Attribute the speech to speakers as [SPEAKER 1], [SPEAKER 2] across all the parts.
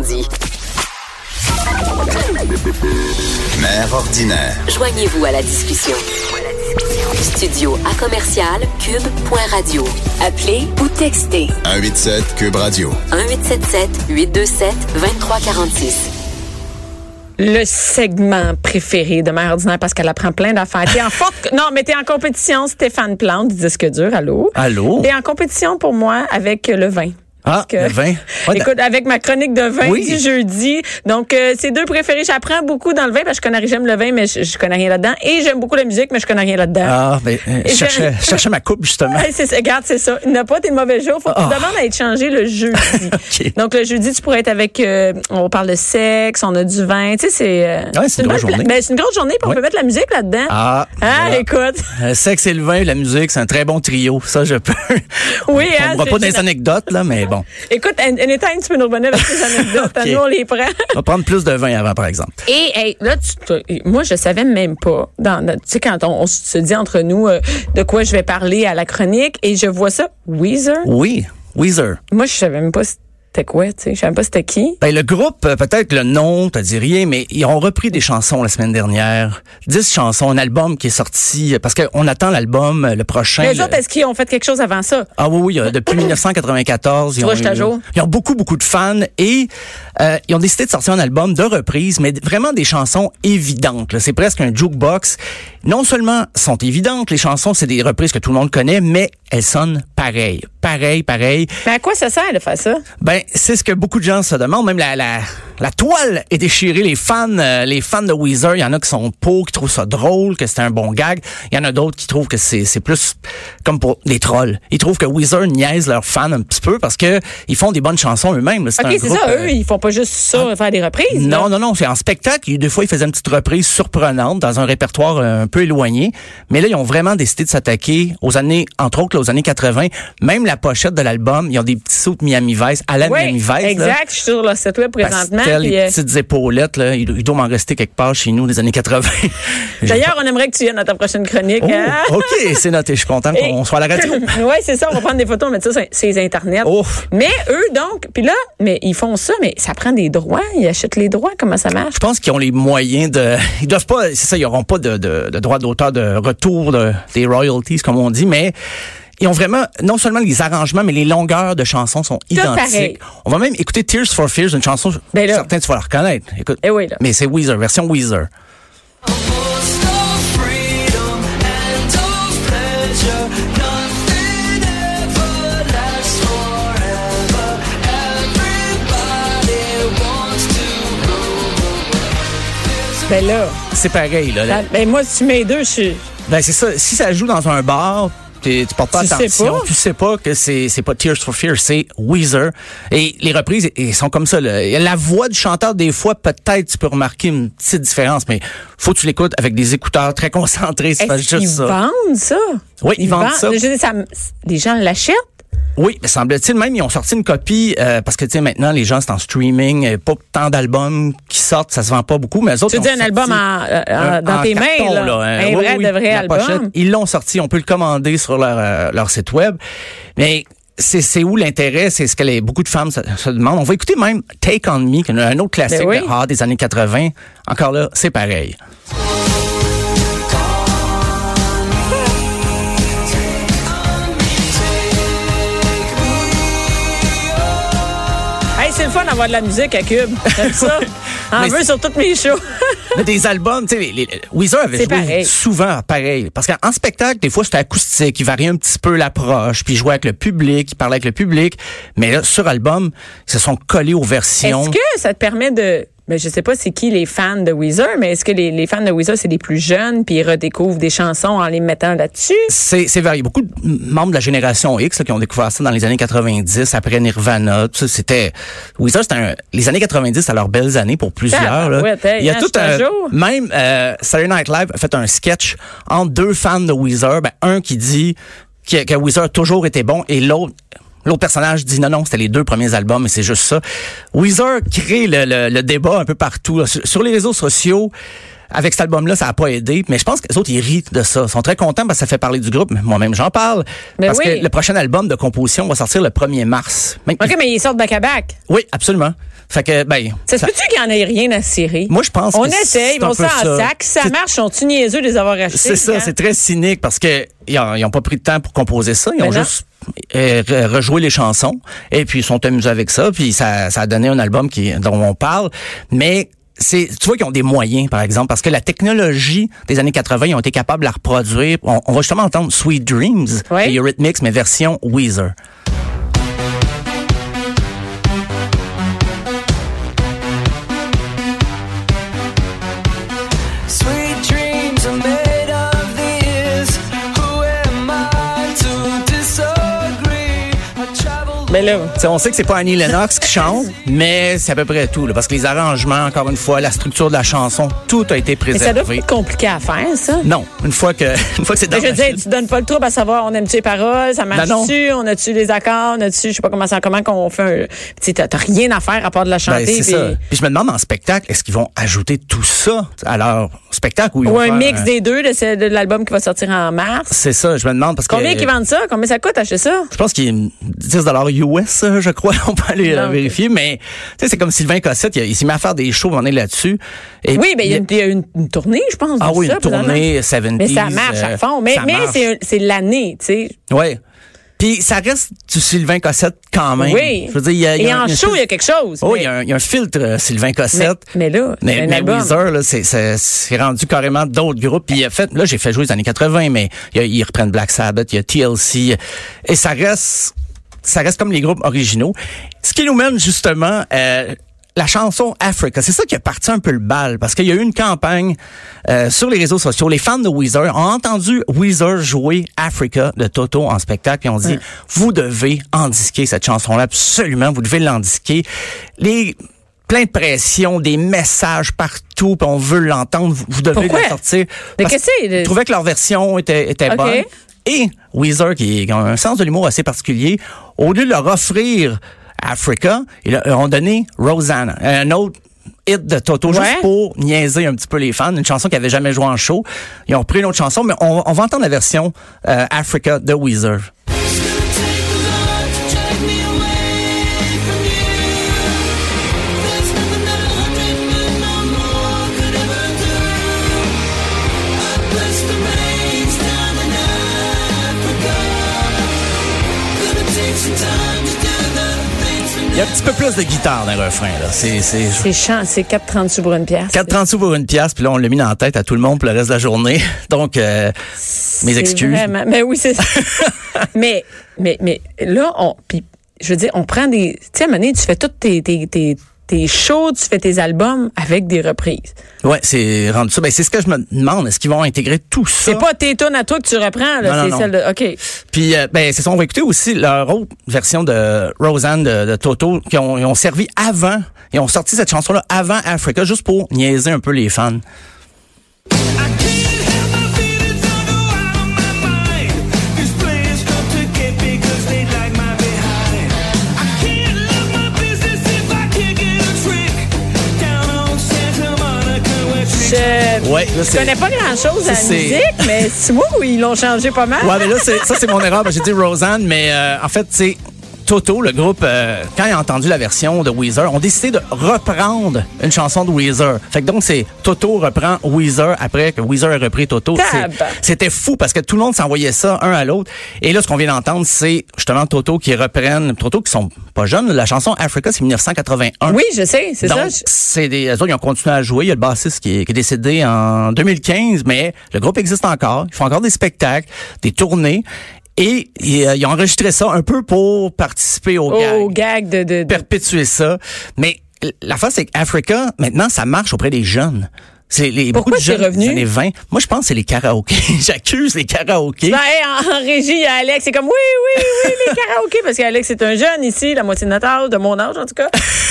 [SPEAKER 1] dit.
[SPEAKER 2] Mère ordinaire.
[SPEAKER 1] Joignez-vous à la discussion. Studio à commercial cube.radio. Appelez ou textez
[SPEAKER 2] 187 Cube Radio.
[SPEAKER 1] 1877 827 2346.
[SPEAKER 3] Le segment préféré de Mère ordinaire parce qu'elle apprend plein d'affaires. T'es en forte, non, mais t'es en compétition, Stéphane Plante, du disque dur, allô?
[SPEAKER 4] Allô?
[SPEAKER 3] T'es en compétition pour moi avec le vin.
[SPEAKER 4] Ah,
[SPEAKER 3] que-
[SPEAKER 4] le vin. Ouais,
[SPEAKER 3] Écoute, avec ma chronique de vin
[SPEAKER 4] Oui.
[SPEAKER 3] du jeudi. Donc, euh, c'est deux préférés. J'apprends beaucoup dans le vin parce que je connais, j'aime le vin, mais je, je connais rien là-dedans. Et j'aime beaucoup la musique, mais je connais rien là-dedans.
[SPEAKER 4] Ah, ben, euh,
[SPEAKER 3] Et
[SPEAKER 4] je cherchais,
[SPEAKER 3] je-
[SPEAKER 4] je cherchais ma coupe, justement.
[SPEAKER 3] Ouais, c'est ça. Regarde, c'est ça. Il n'a pas tes mauvais jours. Faut que tu
[SPEAKER 4] Ah.
[SPEAKER 3] demandes à être changé le jeudi.
[SPEAKER 4] Ok.
[SPEAKER 3] Donc, le jeudi, tu pourrais être avec, euh, on parle de sexe, on a du vin. Tu sais, c'est, euh,
[SPEAKER 4] Ouais, c'est une
[SPEAKER 3] bonne
[SPEAKER 4] grosse journée.
[SPEAKER 3] pla- Ben, c'est une grosse journée, puis on
[SPEAKER 4] Ouais.
[SPEAKER 3] peut mettre la musique là-dedans.
[SPEAKER 4] Ah,
[SPEAKER 3] Ah,
[SPEAKER 4] voilà.
[SPEAKER 3] écoute.
[SPEAKER 4] Le Euh, sexe et le vin, la musique, c'est un très bon trio. Ça, je peux.
[SPEAKER 3] Oui, hein,
[SPEAKER 4] On
[SPEAKER 3] c'est
[SPEAKER 4] va pas dans les
[SPEAKER 3] génial.
[SPEAKER 4] anecdotes, là, mais bon.
[SPEAKER 3] Écoute, an- anytime, tu peux nous revenir avec tes anecdotes.
[SPEAKER 4] Ok.
[SPEAKER 3] Nous, on les prend.
[SPEAKER 4] On va prendre plus de vin avant, par exemple.
[SPEAKER 3] Et hey, là, tu, te- moi, je savais même pas. Dans, notre- tu sais, quand on, on se dit entre nous euh, de quoi je vais parler à la chronique, et je vois ça, Weezer.
[SPEAKER 4] Oui, Weezer.
[SPEAKER 3] Moi, je savais même pas c'était quoi, tu sais. Je savais pas c'était qui.
[SPEAKER 4] Ben, le groupe, euh, peut-être le nom, t'as dit rien, mais ils ont repris des chansons la semaine dernière. 10 chansons, un album qui est sorti, euh, parce qu'on attend l'album, euh, le prochain.
[SPEAKER 3] Les
[SPEAKER 4] le-
[SPEAKER 3] autres, est-ce qu'ils ont fait quelque chose avant ça?
[SPEAKER 4] Ah oui, oui, euh, depuis 1994, ils
[SPEAKER 3] vois, je suis à jour.
[SPEAKER 4] ont, eu- ils ont beaucoup, beaucoup de fans et euh, ils ont décidé de sortir un album de reprise, mais d- vraiment des chansons évidentes. là. C'est presque un jukebox. Non seulement sont évidentes, les chansons, c'est des reprises que tout le monde connaît, mais elles sonnent pareil, pareil, pareil.
[SPEAKER 3] Mais à quoi ça sert de faire ça?
[SPEAKER 4] Ben, c'est ce que beaucoup de gens se demandent. Même la, la, la toile est déchirée. Les fans, euh, les fans de Weezer, il y en a qui sont pauvres, qui trouvent ça drôle, que c'est un bon gag. Il y en a d'autres qui trouvent que c'est, c'est plus comme pour des trolls. Ils trouvent que Weezer niaise leurs fans un petit peu parce que ils font des bonnes chansons eux-mêmes. C'est
[SPEAKER 3] OK,
[SPEAKER 4] un
[SPEAKER 3] c'est
[SPEAKER 4] groupe,
[SPEAKER 3] ça.
[SPEAKER 4] euh,
[SPEAKER 3] Eux, ils font pas juste ça, faire des reprises.
[SPEAKER 4] non,
[SPEAKER 3] là.
[SPEAKER 4] non, non, c'est en spectacle. il- Des fois, ils faisaient une petite reprise surprenante dans un répertoire euh, un peu éloigné. Mais là, ils ont vraiment décidé de s'attaquer aux années, entre autres, là, aux années 80. Même la pochette de l'album, ils ont des petits sauts de Miami Vice, à la
[SPEAKER 3] Oui,
[SPEAKER 4] Miami Vice. là.
[SPEAKER 3] exact. Je suis sur leur site web présentement.
[SPEAKER 4] Pastel,
[SPEAKER 3] puis,
[SPEAKER 4] les
[SPEAKER 3] euh,
[SPEAKER 4] petites épaulettes, là, il, il doit m'en rester quelque part chez nous des années 80.
[SPEAKER 3] D'ailleurs, on aimerait que tu viennes à ta prochaine chronique.
[SPEAKER 4] Oh,
[SPEAKER 3] hein?
[SPEAKER 4] OK, c'est noté. Je suis content
[SPEAKER 3] Et-
[SPEAKER 4] qu'on soit à la radio.
[SPEAKER 3] oui, c'est ça. On va prendre des photos, on va mettre ça sur- sur les internets.
[SPEAKER 4] Ouf.
[SPEAKER 3] Mais eux, donc, puis là, mais ils font ça, mais ça prend des droits. Ils achètent les droits. Comment ça marche?
[SPEAKER 4] Je pense qu'ils ont les moyens de. Ils doivent pas. C'est ça, ils n'auront pas de, de, de droit d'auteur, de retour de- des royalties, comme on dit, mais. Ils ont vraiment, non seulement les arrangements, mais les longueurs de chansons sont identiques.
[SPEAKER 3] pareil.
[SPEAKER 4] On va même écouter Tears for Fears, une chanson,
[SPEAKER 3] Ben là.
[SPEAKER 4] certains tu vas la reconnaître. Écoute,
[SPEAKER 3] Eh oui, là.
[SPEAKER 4] mais c'est Weezer, version Weezer.
[SPEAKER 3] Ben là,
[SPEAKER 4] C'est pareil, là.
[SPEAKER 3] ça- ben moi, si tu mets les deux, je suis.
[SPEAKER 4] Ben c'est ça. Si ça joue dans un bar, t'es- tu portes pas
[SPEAKER 3] Tu sais
[SPEAKER 4] attention.
[SPEAKER 3] pas.
[SPEAKER 4] Tu sais pas que c'est c'est pas Tears for Fears, c'est Weezer. Et les reprises, elles sont comme ça. là. La voix du chanteur, des fois, peut-être tu peux remarquer une petite différence, mais faut que tu l'écoutes avec des écouteurs très concentrés. C'est pas
[SPEAKER 3] Est-ce
[SPEAKER 4] juste
[SPEAKER 3] qu'ils
[SPEAKER 4] ça.
[SPEAKER 3] vendent ça?
[SPEAKER 4] Oui, ils vendent ça.
[SPEAKER 3] Je veux dire, ça me- les gens l'achètent?
[SPEAKER 4] Oui, mais semble-t-il même ils ont sorti une copie euh, parce que tu sais maintenant les gens c'est en streaming, euh, pas tant d'albums qui sortent, ça se vend pas beaucoup, mais eux autres
[SPEAKER 3] Tu
[SPEAKER 4] ils
[SPEAKER 3] dis
[SPEAKER 4] ont
[SPEAKER 3] un
[SPEAKER 4] sorti
[SPEAKER 3] album en- euh, en-
[SPEAKER 4] un-
[SPEAKER 3] dans
[SPEAKER 4] en
[SPEAKER 3] tes
[SPEAKER 4] carton,
[SPEAKER 3] mains, là.
[SPEAKER 4] hein.
[SPEAKER 3] Un
[SPEAKER 4] Oui,
[SPEAKER 3] vrai
[SPEAKER 4] oui,
[SPEAKER 3] de vrai
[SPEAKER 4] la
[SPEAKER 3] album.
[SPEAKER 4] pochette, ils l'ont sorti, on peut le commander sur leur euh, leur site web, mais c'est c'est où l'intérêt, c'est ce que les, beaucoup de femmes se, se demandent. On va écouter même Take on Me, qui est un autre classique
[SPEAKER 3] Ben oui.
[SPEAKER 4] de hard des années 80. Encore là, c'est pareil.
[SPEAKER 3] Hey, c'est le fun d'avoir de la musique à Cube. J'aime ça. En
[SPEAKER 4] Mais
[SPEAKER 3] veux
[SPEAKER 4] c'est-
[SPEAKER 3] sur toutes mes shows.
[SPEAKER 4] Mais des albums, tu sais, les, les- Weezer avait
[SPEAKER 3] C'est
[SPEAKER 4] joué
[SPEAKER 3] pareil.
[SPEAKER 4] souvent pareil. Parce qu'en spectacle, des fois, c'était acoustique, il variait un petit peu l'approche, puis il jouait avec le public, il parlait avec le public. Mais là, sur album, ils se sont collés aux versions.
[SPEAKER 3] Est-ce que ça te permet de. Mais je sais pas c'est qui les fans de Weezer, mais est-ce que les, les fans de Weezer, c'est les plus jeunes, puis ils redécouvrent des chansons en les mettant là-dessus?
[SPEAKER 4] C'est, c'est varié. Beaucoup de membres de la génération X là, qui ont découvert ça dans les années 90, après Nirvana, tout ça, c'était... Weezer, c'était un- Les années 90, à leurs belles années pour plusieurs. là.
[SPEAKER 3] Tabarouette, hey,
[SPEAKER 4] Il y a
[SPEAKER 3] hein,
[SPEAKER 4] tout
[SPEAKER 3] je suis à
[SPEAKER 4] un...
[SPEAKER 3] jour.
[SPEAKER 4] Même euh, Saturday Night Live a fait un sketch entre deux fans de Weezer. Ben, un qui dit que, que Weezer a toujours été bon et l'autre... L'autre personnage dit non, non, c'était les deux premiers albums, mais c'est juste ça. Weezer crée le, le- le débat un peu partout. là. Sur, sur les réseaux sociaux, avec cet album-là, ça n'a pas aidé. Mais je pense que les autres, ils rient de ça. Ils sont très contents parce que ça fait parler du groupe. mais Moi-même, j'en parle.
[SPEAKER 3] Mais
[SPEAKER 4] parce
[SPEAKER 3] oui.
[SPEAKER 4] que le prochain album de composition va sortir le 1er mars. Même-
[SPEAKER 3] OK, mais ils sortent back à back.
[SPEAKER 4] Oui, absolument. Fait que, ben.
[SPEAKER 3] Ça se
[SPEAKER 4] ça-
[SPEAKER 3] peut-tu qu'il n'y en ait rien à cirer?
[SPEAKER 4] Moi, je pense
[SPEAKER 3] On
[SPEAKER 4] que c'est
[SPEAKER 3] essaye,
[SPEAKER 4] un
[SPEAKER 3] on
[SPEAKER 4] peu
[SPEAKER 3] s'en
[SPEAKER 4] ça.
[SPEAKER 3] sac. Si ça
[SPEAKER 4] C'est-
[SPEAKER 3] marche, sont-tu niaiseux de les avoir achetés?
[SPEAKER 4] C'est ça,
[SPEAKER 3] hein?
[SPEAKER 4] c'est très cynique parce que ils ont, ils ont pas pris de temps pour composer ça. Ils
[SPEAKER 3] Ben
[SPEAKER 4] ont
[SPEAKER 3] non.
[SPEAKER 4] juste euh, re- rejoué les chansons et puis ils sont amusés avec ça. Puis ça, ça a donné un album qui, dont on parle. Mais c'est, tu vois qu'ils ont des moyens, par exemple, parce que la technologie des années 80, ils ont été capables de la reproduire. On, on va justement entendre Sweet Dreams
[SPEAKER 3] Ouais.
[SPEAKER 4] et Eurythmics, mais version Weezer.
[SPEAKER 5] Sweet dreams are made of these. Who am I to disagree? I traveled
[SPEAKER 3] Mais là,
[SPEAKER 4] T'sais, on sait que c'est pas Annie Lennox qui chante, mais c'est à peu près tout, là, parce que les arrangements, encore une fois, la structure de la chanson, tout a été
[SPEAKER 3] mais ça doit
[SPEAKER 4] préservé.
[SPEAKER 3] être compliqué à faire, ça.
[SPEAKER 4] Non, une fois que, une fois que c'est dans
[SPEAKER 3] Mais Ben, je veux
[SPEAKER 4] la
[SPEAKER 3] dire,
[SPEAKER 4] machine.
[SPEAKER 3] tu donnes pas le trouble à savoir, on aime tu les paroles, ça
[SPEAKER 4] Ben non.
[SPEAKER 3] marche-tu, on a-tu les accords, on a-tu, je sais pas comment ça, comment qu'on fait un, tu sais, t'as t'as rien à faire à part de la
[SPEAKER 4] Ben,
[SPEAKER 3] chanter.
[SPEAKER 4] c'est
[SPEAKER 3] puis-
[SPEAKER 4] ça. Puis je me demande en spectacle, est-ce qu'ils vont ajouter tout ça à leur spectacle ou ils
[SPEAKER 3] Ou
[SPEAKER 4] vont
[SPEAKER 3] un
[SPEAKER 4] faire hein.
[SPEAKER 3] mix des deux de, ce- de l'album qui va sortir en mars.
[SPEAKER 4] C'est ça, je me demande parce
[SPEAKER 3] Combien
[SPEAKER 4] que
[SPEAKER 3] qu'ils vendent ça? Combien ça coûte acheter ça?
[SPEAKER 4] je pense qu'il est 10 dollars US, euh, je crois, on peut aller euh,
[SPEAKER 3] Non, ok.
[SPEAKER 4] vérifier, mais tu sais c'est comme Sylvain Cossette, il, il s'est mis à faire des shows, on est là-dessus. Et
[SPEAKER 3] Oui, mais il y a une, il
[SPEAKER 4] il-
[SPEAKER 3] y a une- une tournée, je pense.
[SPEAKER 4] Ah
[SPEAKER 3] de
[SPEAKER 4] oui,
[SPEAKER 3] ça,
[SPEAKER 4] une tournée 70s.
[SPEAKER 3] Mais ça marche
[SPEAKER 4] euh,
[SPEAKER 3] à fond. Mais,
[SPEAKER 4] ça
[SPEAKER 3] mais
[SPEAKER 4] marche.
[SPEAKER 3] c'est, c'est l'année, tu sais.
[SPEAKER 4] Ouais. Puis ça reste du Sylvain Cossette quand même.
[SPEAKER 3] Oui.
[SPEAKER 4] Je veux dire, il y a, il y
[SPEAKER 3] Et
[SPEAKER 4] a
[SPEAKER 3] en
[SPEAKER 4] une espèce-
[SPEAKER 3] show, il y a quelque chose.
[SPEAKER 4] Oh,
[SPEAKER 3] mais-
[SPEAKER 4] il y, a un- il y a un filtre euh, Sylvain
[SPEAKER 3] mais,
[SPEAKER 4] Cossette.
[SPEAKER 3] mais là, c'est
[SPEAKER 4] Mais,
[SPEAKER 3] un
[SPEAKER 4] mais
[SPEAKER 3] album.
[SPEAKER 4] Weezer, là, c'est, c'est, c'est rendu carrément d'autres groupes. Puis il a fait, là, j'ai fait jouer les années 80, mais il y a- ils reprennent Black Sabbath, il y a TLC. Et ça reste, ça reste comme les groupes originaux. Ce qui nous mène justement, euh, la chanson Africa, c'est ça qui a parti un peu le bal, parce qu'il y a eu une campagne euh, sur les réseaux sociaux. Les fans de Weezer ont entendu Weezer jouer Africa de Toto en spectacle, puis on dit, vous devez endisquer cette chanson-là, absolument, vous devez l'endisquer. Les plein de pression, des messages partout, puis on veut l'entendre, vous, vous devez
[SPEAKER 3] Pourquoi?
[SPEAKER 4] la sortir.
[SPEAKER 3] Mais
[SPEAKER 4] Parce
[SPEAKER 3] qu'est-ce que c'est?
[SPEAKER 4] Ils trouvaient que leur version était, était
[SPEAKER 3] Ok.
[SPEAKER 4] bonne. Et Weezer, qui a un sens de l'humour assez particulier, au lieu de leur offrir Africa, ils leur ont donné Rosanna, un autre hit de Toto,
[SPEAKER 3] Ouais.
[SPEAKER 4] juste pour niaiser un petit peu les fans, une chanson qu'ils n'avaient jamais jouée en show. Ils ont pris une autre chanson, mais on, on va entendre la version euh, Africa de Weezer.
[SPEAKER 5] Take the line to drag me away from you. There's nothing that a hundred men no more could ever do. I bless the rains down in Africa. Gonna take some time to do the things we
[SPEAKER 4] Il y a un petit peu plus de guitare dans le refrain. Là. C'est, c'est,
[SPEAKER 3] C'est chiant, c'est 4,30 sous pour une pièce.
[SPEAKER 4] 4,30 sous pour une pièce, puis là, on l'a mis dans la tête à tout le monde pour le reste de la journée. Donc, euh, mes
[SPEAKER 3] C'est
[SPEAKER 4] excuses.
[SPEAKER 3] vraiment- mais oui, c'est mais, mais, mais là, on, puis, je veux dire, on prend des. Tu sais, à un moment donné, tu fais toutes tes, tes, tes, tes shows, tu fais tes albums avec des reprises.
[SPEAKER 4] Ouais, c'est rendu ça. Ben, c'est ce que je me demande. Est-ce qu'ils vont intégrer tout ça?
[SPEAKER 3] C'est pas tes tunes à toi que tu reprends, là.
[SPEAKER 4] Non, non,
[SPEAKER 3] C'est
[SPEAKER 4] non.
[SPEAKER 3] celle de. OK.
[SPEAKER 4] Puis, euh, ben, c'est ça. On va écouter aussi leur autre version de Roseanne de, de Toto, qui ont, ils ont servi avant. Ils ont sorti cette chanson-là avant Africa, juste pour niaiser un peu les fans.
[SPEAKER 5] I can't help my feelings, I go out of my mind. These players come to get me 'cause they like my behind. I can't love my business if I can't get a trick. Down on Santa Monica where tricks
[SPEAKER 3] Je,
[SPEAKER 4] Ouais, là,
[SPEAKER 3] je
[SPEAKER 4] c'est-
[SPEAKER 3] connais pas grand-chose à la
[SPEAKER 4] Ça, c'est-
[SPEAKER 3] musique, mais c'est moi où ils l'ont changé pas mal.
[SPEAKER 4] Ouais, mais là, c'est- ça, c'est mon erreur. Ben, J'ai dit Roseanne, mais euh, en fait, c'est Toto, le groupe, euh, quand il a entendu la version de Weezer, ont décidé de reprendre une chanson de Weezer. Fait que donc, c'est Toto reprend Weezer après que Weezer a repris Toto. C'est-
[SPEAKER 3] Tabarnak.
[SPEAKER 4] C'était fou parce que tout le monde s'envoyait ça un à l'autre. Et là, ce qu'on vient d'entendre, c'est justement Toto qui reprennent, Toto qui sont pas jeunes. La chanson Africa, c'est 1981.
[SPEAKER 3] Oui, je sais, c'est ça.
[SPEAKER 4] Donc,
[SPEAKER 3] Je-
[SPEAKER 4] c'est des, eux autres, ils ont continué à jouer. Il y a le bassiste qui est, qui est décédé en 2015, mais le groupe existe encore. Ils font encore des spectacles, des tournées. Et ils, euh, ils ont enregistré ça un peu pour participer au
[SPEAKER 3] Au
[SPEAKER 4] gag,
[SPEAKER 3] gag de. de, de-
[SPEAKER 4] perpétuer ça. Mais la face, c'est qu'Africa, maintenant, ça marche auprès des jeunes. C'est les, beaucoup
[SPEAKER 3] Pourquoi
[SPEAKER 4] de
[SPEAKER 3] c'est
[SPEAKER 4] jeunes
[SPEAKER 3] revenu?
[SPEAKER 4] des années 20. Moi, je pense que c'est les karaokés. J'accuse les karaokés.
[SPEAKER 3] Ben, hey, en, en régie, il y a Alex. C'est comme, oui, oui, oui, les karaokés. Parce qu'Alex est un jeune ici, la moitié de notre âge, de mon âge en tout cas.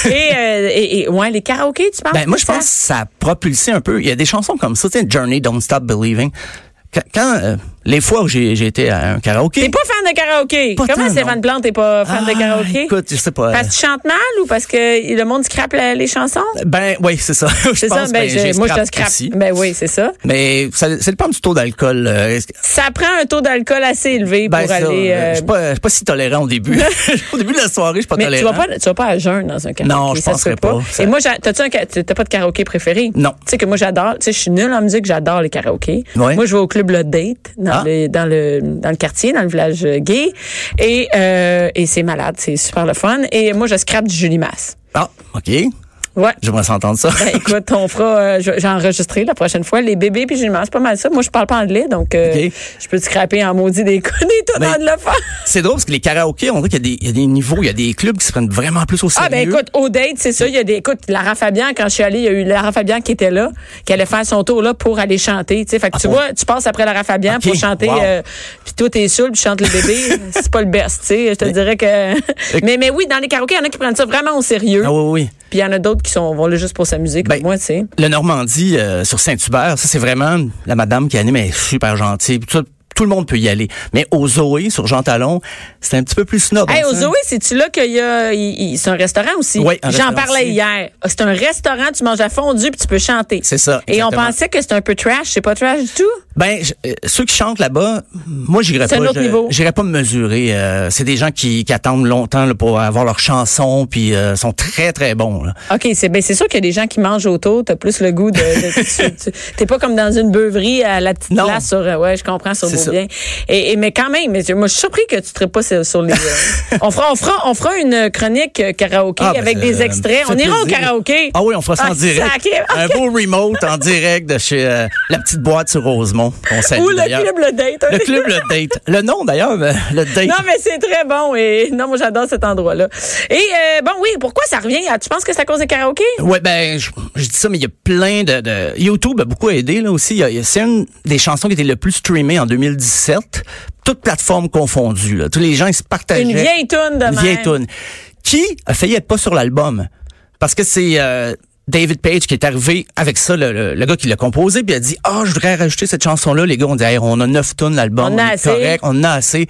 [SPEAKER 3] Et, euh, et, et ouais, les karaokés, tu parles?
[SPEAKER 4] Ben, moi, je
[SPEAKER 3] Ça-
[SPEAKER 4] pense que ça a propulsé un peu. Il y a des chansons comme ça, tu sais, Journey, Don't Stop Believing. Qu- Quand, euh, Les fois où j'ai j'ai été à un karaoké.
[SPEAKER 3] T'es pas fan de karaoké.
[SPEAKER 4] Pas
[SPEAKER 3] Comment
[SPEAKER 4] tant,
[SPEAKER 3] Stéphane
[SPEAKER 4] non.
[SPEAKER 3] Plante t'es pas fan
[SPEAKER 4] Ah,
[SPEAKER 3] de karaoké?
[SPEAKER 4] Écoute, je sais pas. euh.
[SPEAKER 3] Parce que tu chantes mal ou parce que le monde scrape la- les chansons?
[SPEAKER 4] Ben oui, c'est ça. Je
[SPEAKER 3] C'est ça?
[SPEAKER 4] pense, ben,
[SPEAKER 3] Ben,
[SPEAKER 4] j'ai
[SPEAKER 3] je- moi, je te
[SPEAKER 4] scrap
[SPEAKER 3] scrape.
[SPEAKER 4] aussi.
[SPEAKER 3] Ben oui, c'est ça.
[SPEAKER 4] Mais ça, ça dépend du taux d'alcool. euh, est-ce que-
[SPEAKER 3] Ça prend un taux d'alcool assez élevé
[SPEAKER 4] ben,
[SPEAKER 3] pour
[SPEAKER 4] ça,
[SPEAKER 3] aller.
[SPEAKER 4] euh,
[SPEAKER 3] euh,
[SPEAKER 4] je suis pas, je suis pas si tolérant au début. au début de la soirée, je suis pas
[SPEAKER 3] mais tu
[SPEAKER 4] tolérant.
[SPEAKER 3] vas pas, tu vas pas à jeun dans un karaoké.
[SPEAKER 4] Non, je
[SPEAKER 3] ça se
[SPEAKER 4] penserais
[SPEAKER 3] peut pas.
[SPEAKER 4] pas. Ça-
[SPEAKER 3] Et moi, j'a- t'as-tu un, ka- t'as pas de karaoké préféré?
[SPEAKER 4] Non.
[SPEAKER 3] Tu sais que moi, j'adore, tu sais, je suis nulle en musique, j'adore les karaokés.
[SPEAKER 4] Ouais.
[SPEAKER 3] Moi, je vais au club Le Date, dans,
[SPEAKER 4] Ah.
[SPEAKER 3] le, dans le, dans le quartier, dans le village euh, gay. Et, euh, et c'est malade, c'est super le fun. Et moi, je scrape du Julie Masse.
[SPEAKER 4] Ah, OK.
[SPEAKER 3] Ouais.
[SPEAKER 4] J'aimerais s'entendre ça.
[SPEAKER 3] Ben, écoute, on fera, euh, je- j'ai enregistré la prochaine fois les bébés puis Julie Masse, c'est pas mal ça. Moi, je parle pas anglais, donc, euh,
[SPEAKER 4] Ok.
[SPEAKER 3] je peux te scraper en maudit des, des tonnes
[SPEAKER 4] Ben,
[SPEAKER 3] de le faire.
[SPEAKER 4] C'est drôle parce que les karaokés, on dirait qu'il y, a des- il y a des niveaux, il y a des clubs qui se prennent vraiment plus au sérieux.
[SPEAKER 3] Ah ben écoute, au date, c'est ça, il y a des écoute, Lara Fabian quand je suis allée, il y a eu Lara Fabian qui était là, qui allait faire son tour là pour aller chanter, tu sais. Fait que tu
[SPEAKER 4] bon?
[SPEAKER 3] vois, tu passes après Lara Fabian
[SPEAKER 4] Ah, Ok,
[SPEAKER 3] pour chanter
[SPEAKER 4] wow.
[SPEAKER 3] euh, puis toi t'es saoul, puis tu chantes le bébé, c'est pas le best, tu sais, je te dirais que mais mais oui, dans les karaokés, il y en a qui prennent ça vraiment au sérieux,
[SPEAKER 4] Ah oui, oui.
[SPEAKER 3] puis il y en a d'autres qui sont vont là juste pour s'amuser
[SPEAKER 4] Ben,
[SPEAKER 3] comme moi, tu sais.
[SPEAKER 4] Le Normandie euh, sur Saint-Hubert, ça c'est vraiment la madame qui anime, elle est super gentille. puis Tout, tout le monde peut y aller. Mais au Zoé sur Jean Talon, c'est un petit peu plus snob.
[SPEAKER 3] Hey,
[SPEAKER 4] hein,
[SPEAKER 3] au
[SPEAKER 4] ça.
[SPEAKER 3] Zoé, c'est-tu là qu'il y a. il- il- c'est un restaurant aussi?
[SPEAKER 4] Oui, un
[SPEAKER 3] J'en
[SPEAKER 4] restaurant
[SPEAKER 3] parlais
[SPEAKER 4] aussi.
[SPEAKER 3] hier. Ah, C'est un restaurant, tu manges à fondue puis tu peux chanter.
[SPEAKER 4] C'est ça,
[SPEAKER 3] Et on
[SPEAKER 4] exactement.
[SPEAKER 3] pensait que c'était un peu trash. C'est pas trash du tout?
[SPEAKER 4] Ben, je- euh, ceux qui chantent là-bas, moi, j'irais
[SPEAKER 3] C'est
[SPEAKER 4] pas.
[SPEAKER 3] un autre
[SPEAKER 4] je-
[SPEAKER 3] niveau.
[SPEAKER 4] J'irais pas me mesurer. euh, c'est des gens qui, qui attendent longtemps là, pour avoir leur chanson, puis euh, sont très, très bons. là.
[SPEAKER 3] OK, c'est ben c'est sûr qu'il y a des gens qui mangent autour, t'as plus le goût de, de- tu- tu- t'es pas comme dans une beuverie à la petite
[SPEAKER 4] Non.
[SPEAKER 3] place sur euh, ouais, je comprends sur
[SPEAKER 4] C'est ça.
[SPEAKER 3] bien. Et, et- mais quand même, mais je- moi je suis surpris que tu ne pas sur, sur les euh, on fera on fera on fera une chronique euh, karaoké
[SPEAKER 4] Ah, ben,
[SPEAKER 3] avec
[SPEAKER 4] euh,
[SPEAKER 3] des extraits,
[SPEAKER 4] ça
[SPEAKER 3] on
[SPEAKER 4] fait
[SPEAKER 3] ira au
[SPEAKER 4] plaisir.
[SPEAKER 3] karaoké.
[SPEAKER 4] Ah oui, on fera ça en
[SPEAKER 3] Ah,
[SPEAKER 4] direct.
[SPEAKER 3] sacré-
[SPEAKER 4] Un beau remote en direct de chez euh, la petite boîte sur Rosemont. qu'on salue,
[SPEAKER 3] Ou le
[SPEAKER 4] ben, d'ailleurs.
[SPEAKER 3] club le date.
[SPEAKER 4] Le club, le date. Le nom, d'ailleurs, euh, le date.
[SPEAKER 3] Non, mais c'est très bon. Et non, moi, j'adore cet endroit-là. Et euh, bon, oui, pourquoi ça revient? Ah, Tu penses que c'est à cause des karaokés?
[SPEAKER 4] Ouais, ben, je, je dis ça, mais il y a plein de, de- YouTube a beaucoup aidé là aussi. Il y a- il y a- C'est une des chansons qui était le plus streamée en 2017, toutes plateformes confondues. Là. Tous les gens ils se partageaient.
[SPEAKER 3] Une vieille toune de même.
[SPEAKER 4] Une vieille toune. Qui a failli être pas sur l'album parce que c'est euh, David Page qui est arrivé avec ça, le, le- le gars qui l'a composé, puis il a dit ah je voudrais rajouter cette chanson là. Les gars ont dit Hey, on a neuf tonnes l'album,
[SPEAKER 3] On a
[SPEAKER 4] est
[SPEAKER 3] assez.
[SPEAKER 4] correct, on en a assez.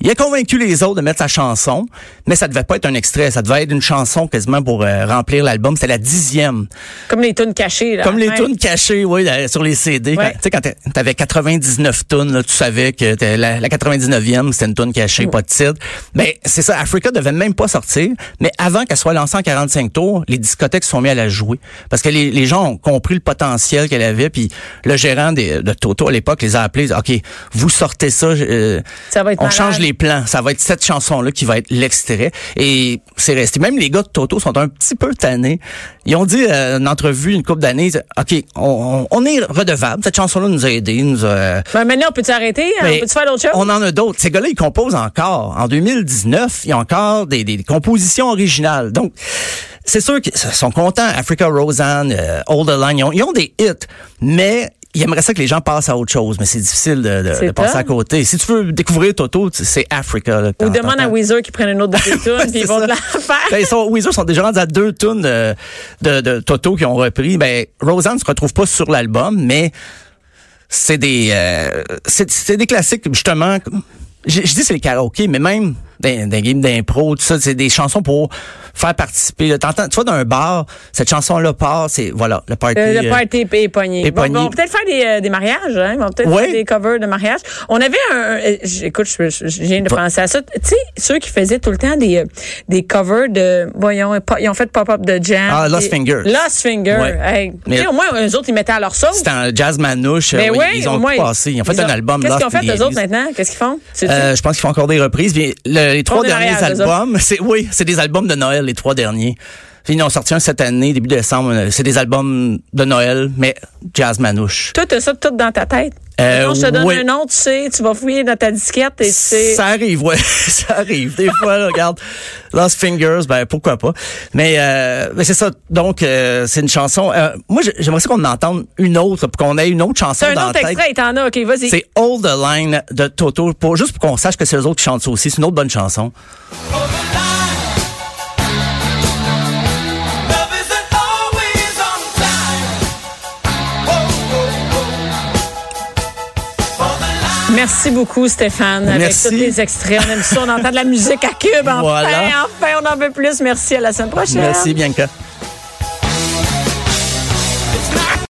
[SPEAKER 4] Il a convaincu les autres de mettre sa chanson, mais ça devait pas être un extrait, ça devait être une chanson quasiment pour euh, remplir l'album. C'était la dixième.
[SPEAKER 3] Comme les tunes cachées. Là,
[SPEAKER 4] Comme les
[SPEAKER 3] Ouais.
[SPEAKER 4] tunes cachées, oui, là, sur les CD.
[SPEAKER 3] Ouais.
[SPEAKER 4] Quand- Tu sais, quand t'a- t'avais 99 tunes, là, tu savais que t'as- la, la 99e, c'était une tune
[SPEAKER 3] Mm.
[SPEAKER 4] cachée, pas de titre. Mais c'est ça, Africa devait même pas sortir. Mais avant qu'elle soit lancée en 45 tours, les discothèques se sont mis à la jouer. Parce que les, les gens ont compris le potentiel qu'elle avait. Puis le gérant des- de Toto à l'époque les a appelés. ils ont dit, OK, vous sortez ça. je- euh,
[SPEAKER 3] Ça va être
[SPEAKER 4] on
[SPEAKER 3] malade.
[SPEAKER 4] change les plans. Ça va être cette chanson-là qui va être l'extrait. Et c'est resté. Même les gars de Toto sont un petit peu tannés. Ils ont dit euh, une entrevue une couple d'années, OK, on, on- on est redevable. Cette chanson-là nous a aidés. Nous a-
[SPEAKER 3] Ben, maintenant, on peut-tu arrêter?
[SPEAKER 4] Mais
[SPEAKER 3] on peut-tu faire d'autres choses?
[SPEAKER 4] Ben, On en a d'autres. Ces gars-là, ils composent encore. En 2019, il y a encore des, des- des compositions originales. Donc, c'est sûr qu'ils sont contents. Africa Roseanne, euh, Old Line, ils ont, ils ont des hits, mais ils aimeraient ça que les gens passent à autre chose. Mais c'est difficile de, de-
[SPEAKER 3] C'est
[SPEAKER 4] de passer
[SPEAKER 3] tough.
[SPEAKER 4] à côté. Si tu veux découvrir Toto, tu- c'est Africa. là, que
[SPEAKER 3] Ou
[SPEAKER 4] t'entends.
[SPEAKER 3] demande à Weezer qu'ils prennent une autre de tes tunes,
[SPEAKER 4] Ouais,
[SPEAKER 3] puis ils
[SPEAKER 4] c'est
[SPEAKER 3] vont
[SPEAKER 4] ça.
[SPEAKER 3] te la faire.
[SPEAKER 4] Ben, ils sont, Weezer sont déjà rendus à deux tunes de, de, de Toto qui ont repris. Ben, Roseanne se retrouve pas sur l'album, mais c'est des, euh, c'est, c'est des classiques, justement. comme- Je, je dis c'est les karaokés, mais même des, des games d'impro, tout ça, c'est des chansons pour faire participer. là. T'entends, tu vois, d'un bar, cette chanson-là part, c'est, voilà, le party.
[SPEAKER 3] Le,
[SPEAKER 4] euh,
[SPEAKER 3] le party est pogné.
[SPEAKER 4] est
[SPEAKER 3] Bon,
[SPEAKER 4] pogné.
[SPEAKER 3] on va peut-être faire des, euh, des mariages, hein? On va peut-être
[SPEAKER 4] Ouais.
[SPEAKER 3] faire des covers de mariage. On avait un, un- euh, j- écoute, je, je- je viens de
[SPEAKER 4] Ouais.
[SPEAKER 3] penser à ça. Tu sais, ceux qui faisaient tout le temps des, euh, des covers de, voyons, euh, pop- ils ont fait pop-up de jam.
[SPEAKER 4] Ah, Lost
[SPEAKER 3] Et-
[SPEAKER 4] Fingers.
[SPEAKER 3] Lost Finger.
[SPEAKER 4] Ouais.
[SPEAKER 3] tu sais,
[SPEAKER 4] Mais-
[SPEAKER 3] au moins, eux autres, ils mettaient à leur sauce.
[SPEAKER 4] C'était un jazz manouche.
[SPEAKER 3] Mais
[SPEAKER 4] euh, oui,
[SPEAKER 3] Ben oui,
[SPEAKER 4] ils
[SPEAKER 3] au
[SPEAKER 4] ont
[SPEAKER 3] moins,
[SPEAKER 4] tout passé. Ils ont fait un album.
[SPEAKER 3] Qu'est-ce
[SPEAKER 4] Lost
[SPEAKER 3] qu'ils ont fait,
[SPEAKER 4] in the
[SPEAKER 3] eux autres,
[SPEAKER 4] 80s.
[SPEAKER 3] maintenant? Qu'est-ce qu'ils font? Sais-tu?
[SPEAKER 4] Euh, je pense qu'ils font encore des reprises. Puis le- les trois
[SPEAKER 3] des
[SPEAKER 4] derniers
[SPEAKER 3] mariages, eux
[SPEAKER 4] albums, c'est oui, c'est des albums de Noël, les trois derniers. Puis ils en ont sorti un cette année, début décembre. euh, C'est des albums de Noël, mais jazz manouche.
[SPEAKER 3] Toi, t'as ça tout dans ta tête.
[SPEAKER 4] Euh,
[SPEAKER 3] on se donne
[SPEAKER 4] ouais.
[SPEAKER 3] un nom, tu sais, tu vas fouiller dans ta disquette et tu sais.
[SPEAKER 4] Ça arrive, ouais, ça arrive. Des fois, là, regarde, Lost Fingers, ben pourquoi pas. Mais, euh, mais c'est ça. Donc, euh, c'est une chanson. euh, moi, j'ai- j'aimerais ça qu'on en entende une autre, pour qu'on ait une autre chanson
[SPEAKER 3] C'est
[SPEAKER 4] dans
[SPEAKER 3] un
[SPEAKER 4] la
[SPEAKER 3] autre
[SPEAKER 4] tête.
[SPEAKER 3] extrait, et t'en as, ok, vas-y.
[SPEAKER 4] C'est All the Line de Toto, pour, juste pour qu'on sache que c'est eux autres qui chantent ça aussi. C'est une autre bonne chanson.
[SPEAKER 5] Love isn't always on time. Oh, oh, oh. For the line.
[SPEAKER 3] Merci beaucoup, Stéphane. Avec
[SPEAKER 4] Merci.
[SPEAKER 3] tous les extraits, on aime ça. On entend de la musique à cube. Enfin,
[SPEAKER 4] Voilà.
[SPEAKER 3] enfin, on en veut plus. Merci. À la semaine prochaine.
[SPEAKER 4] Merci, Bianca.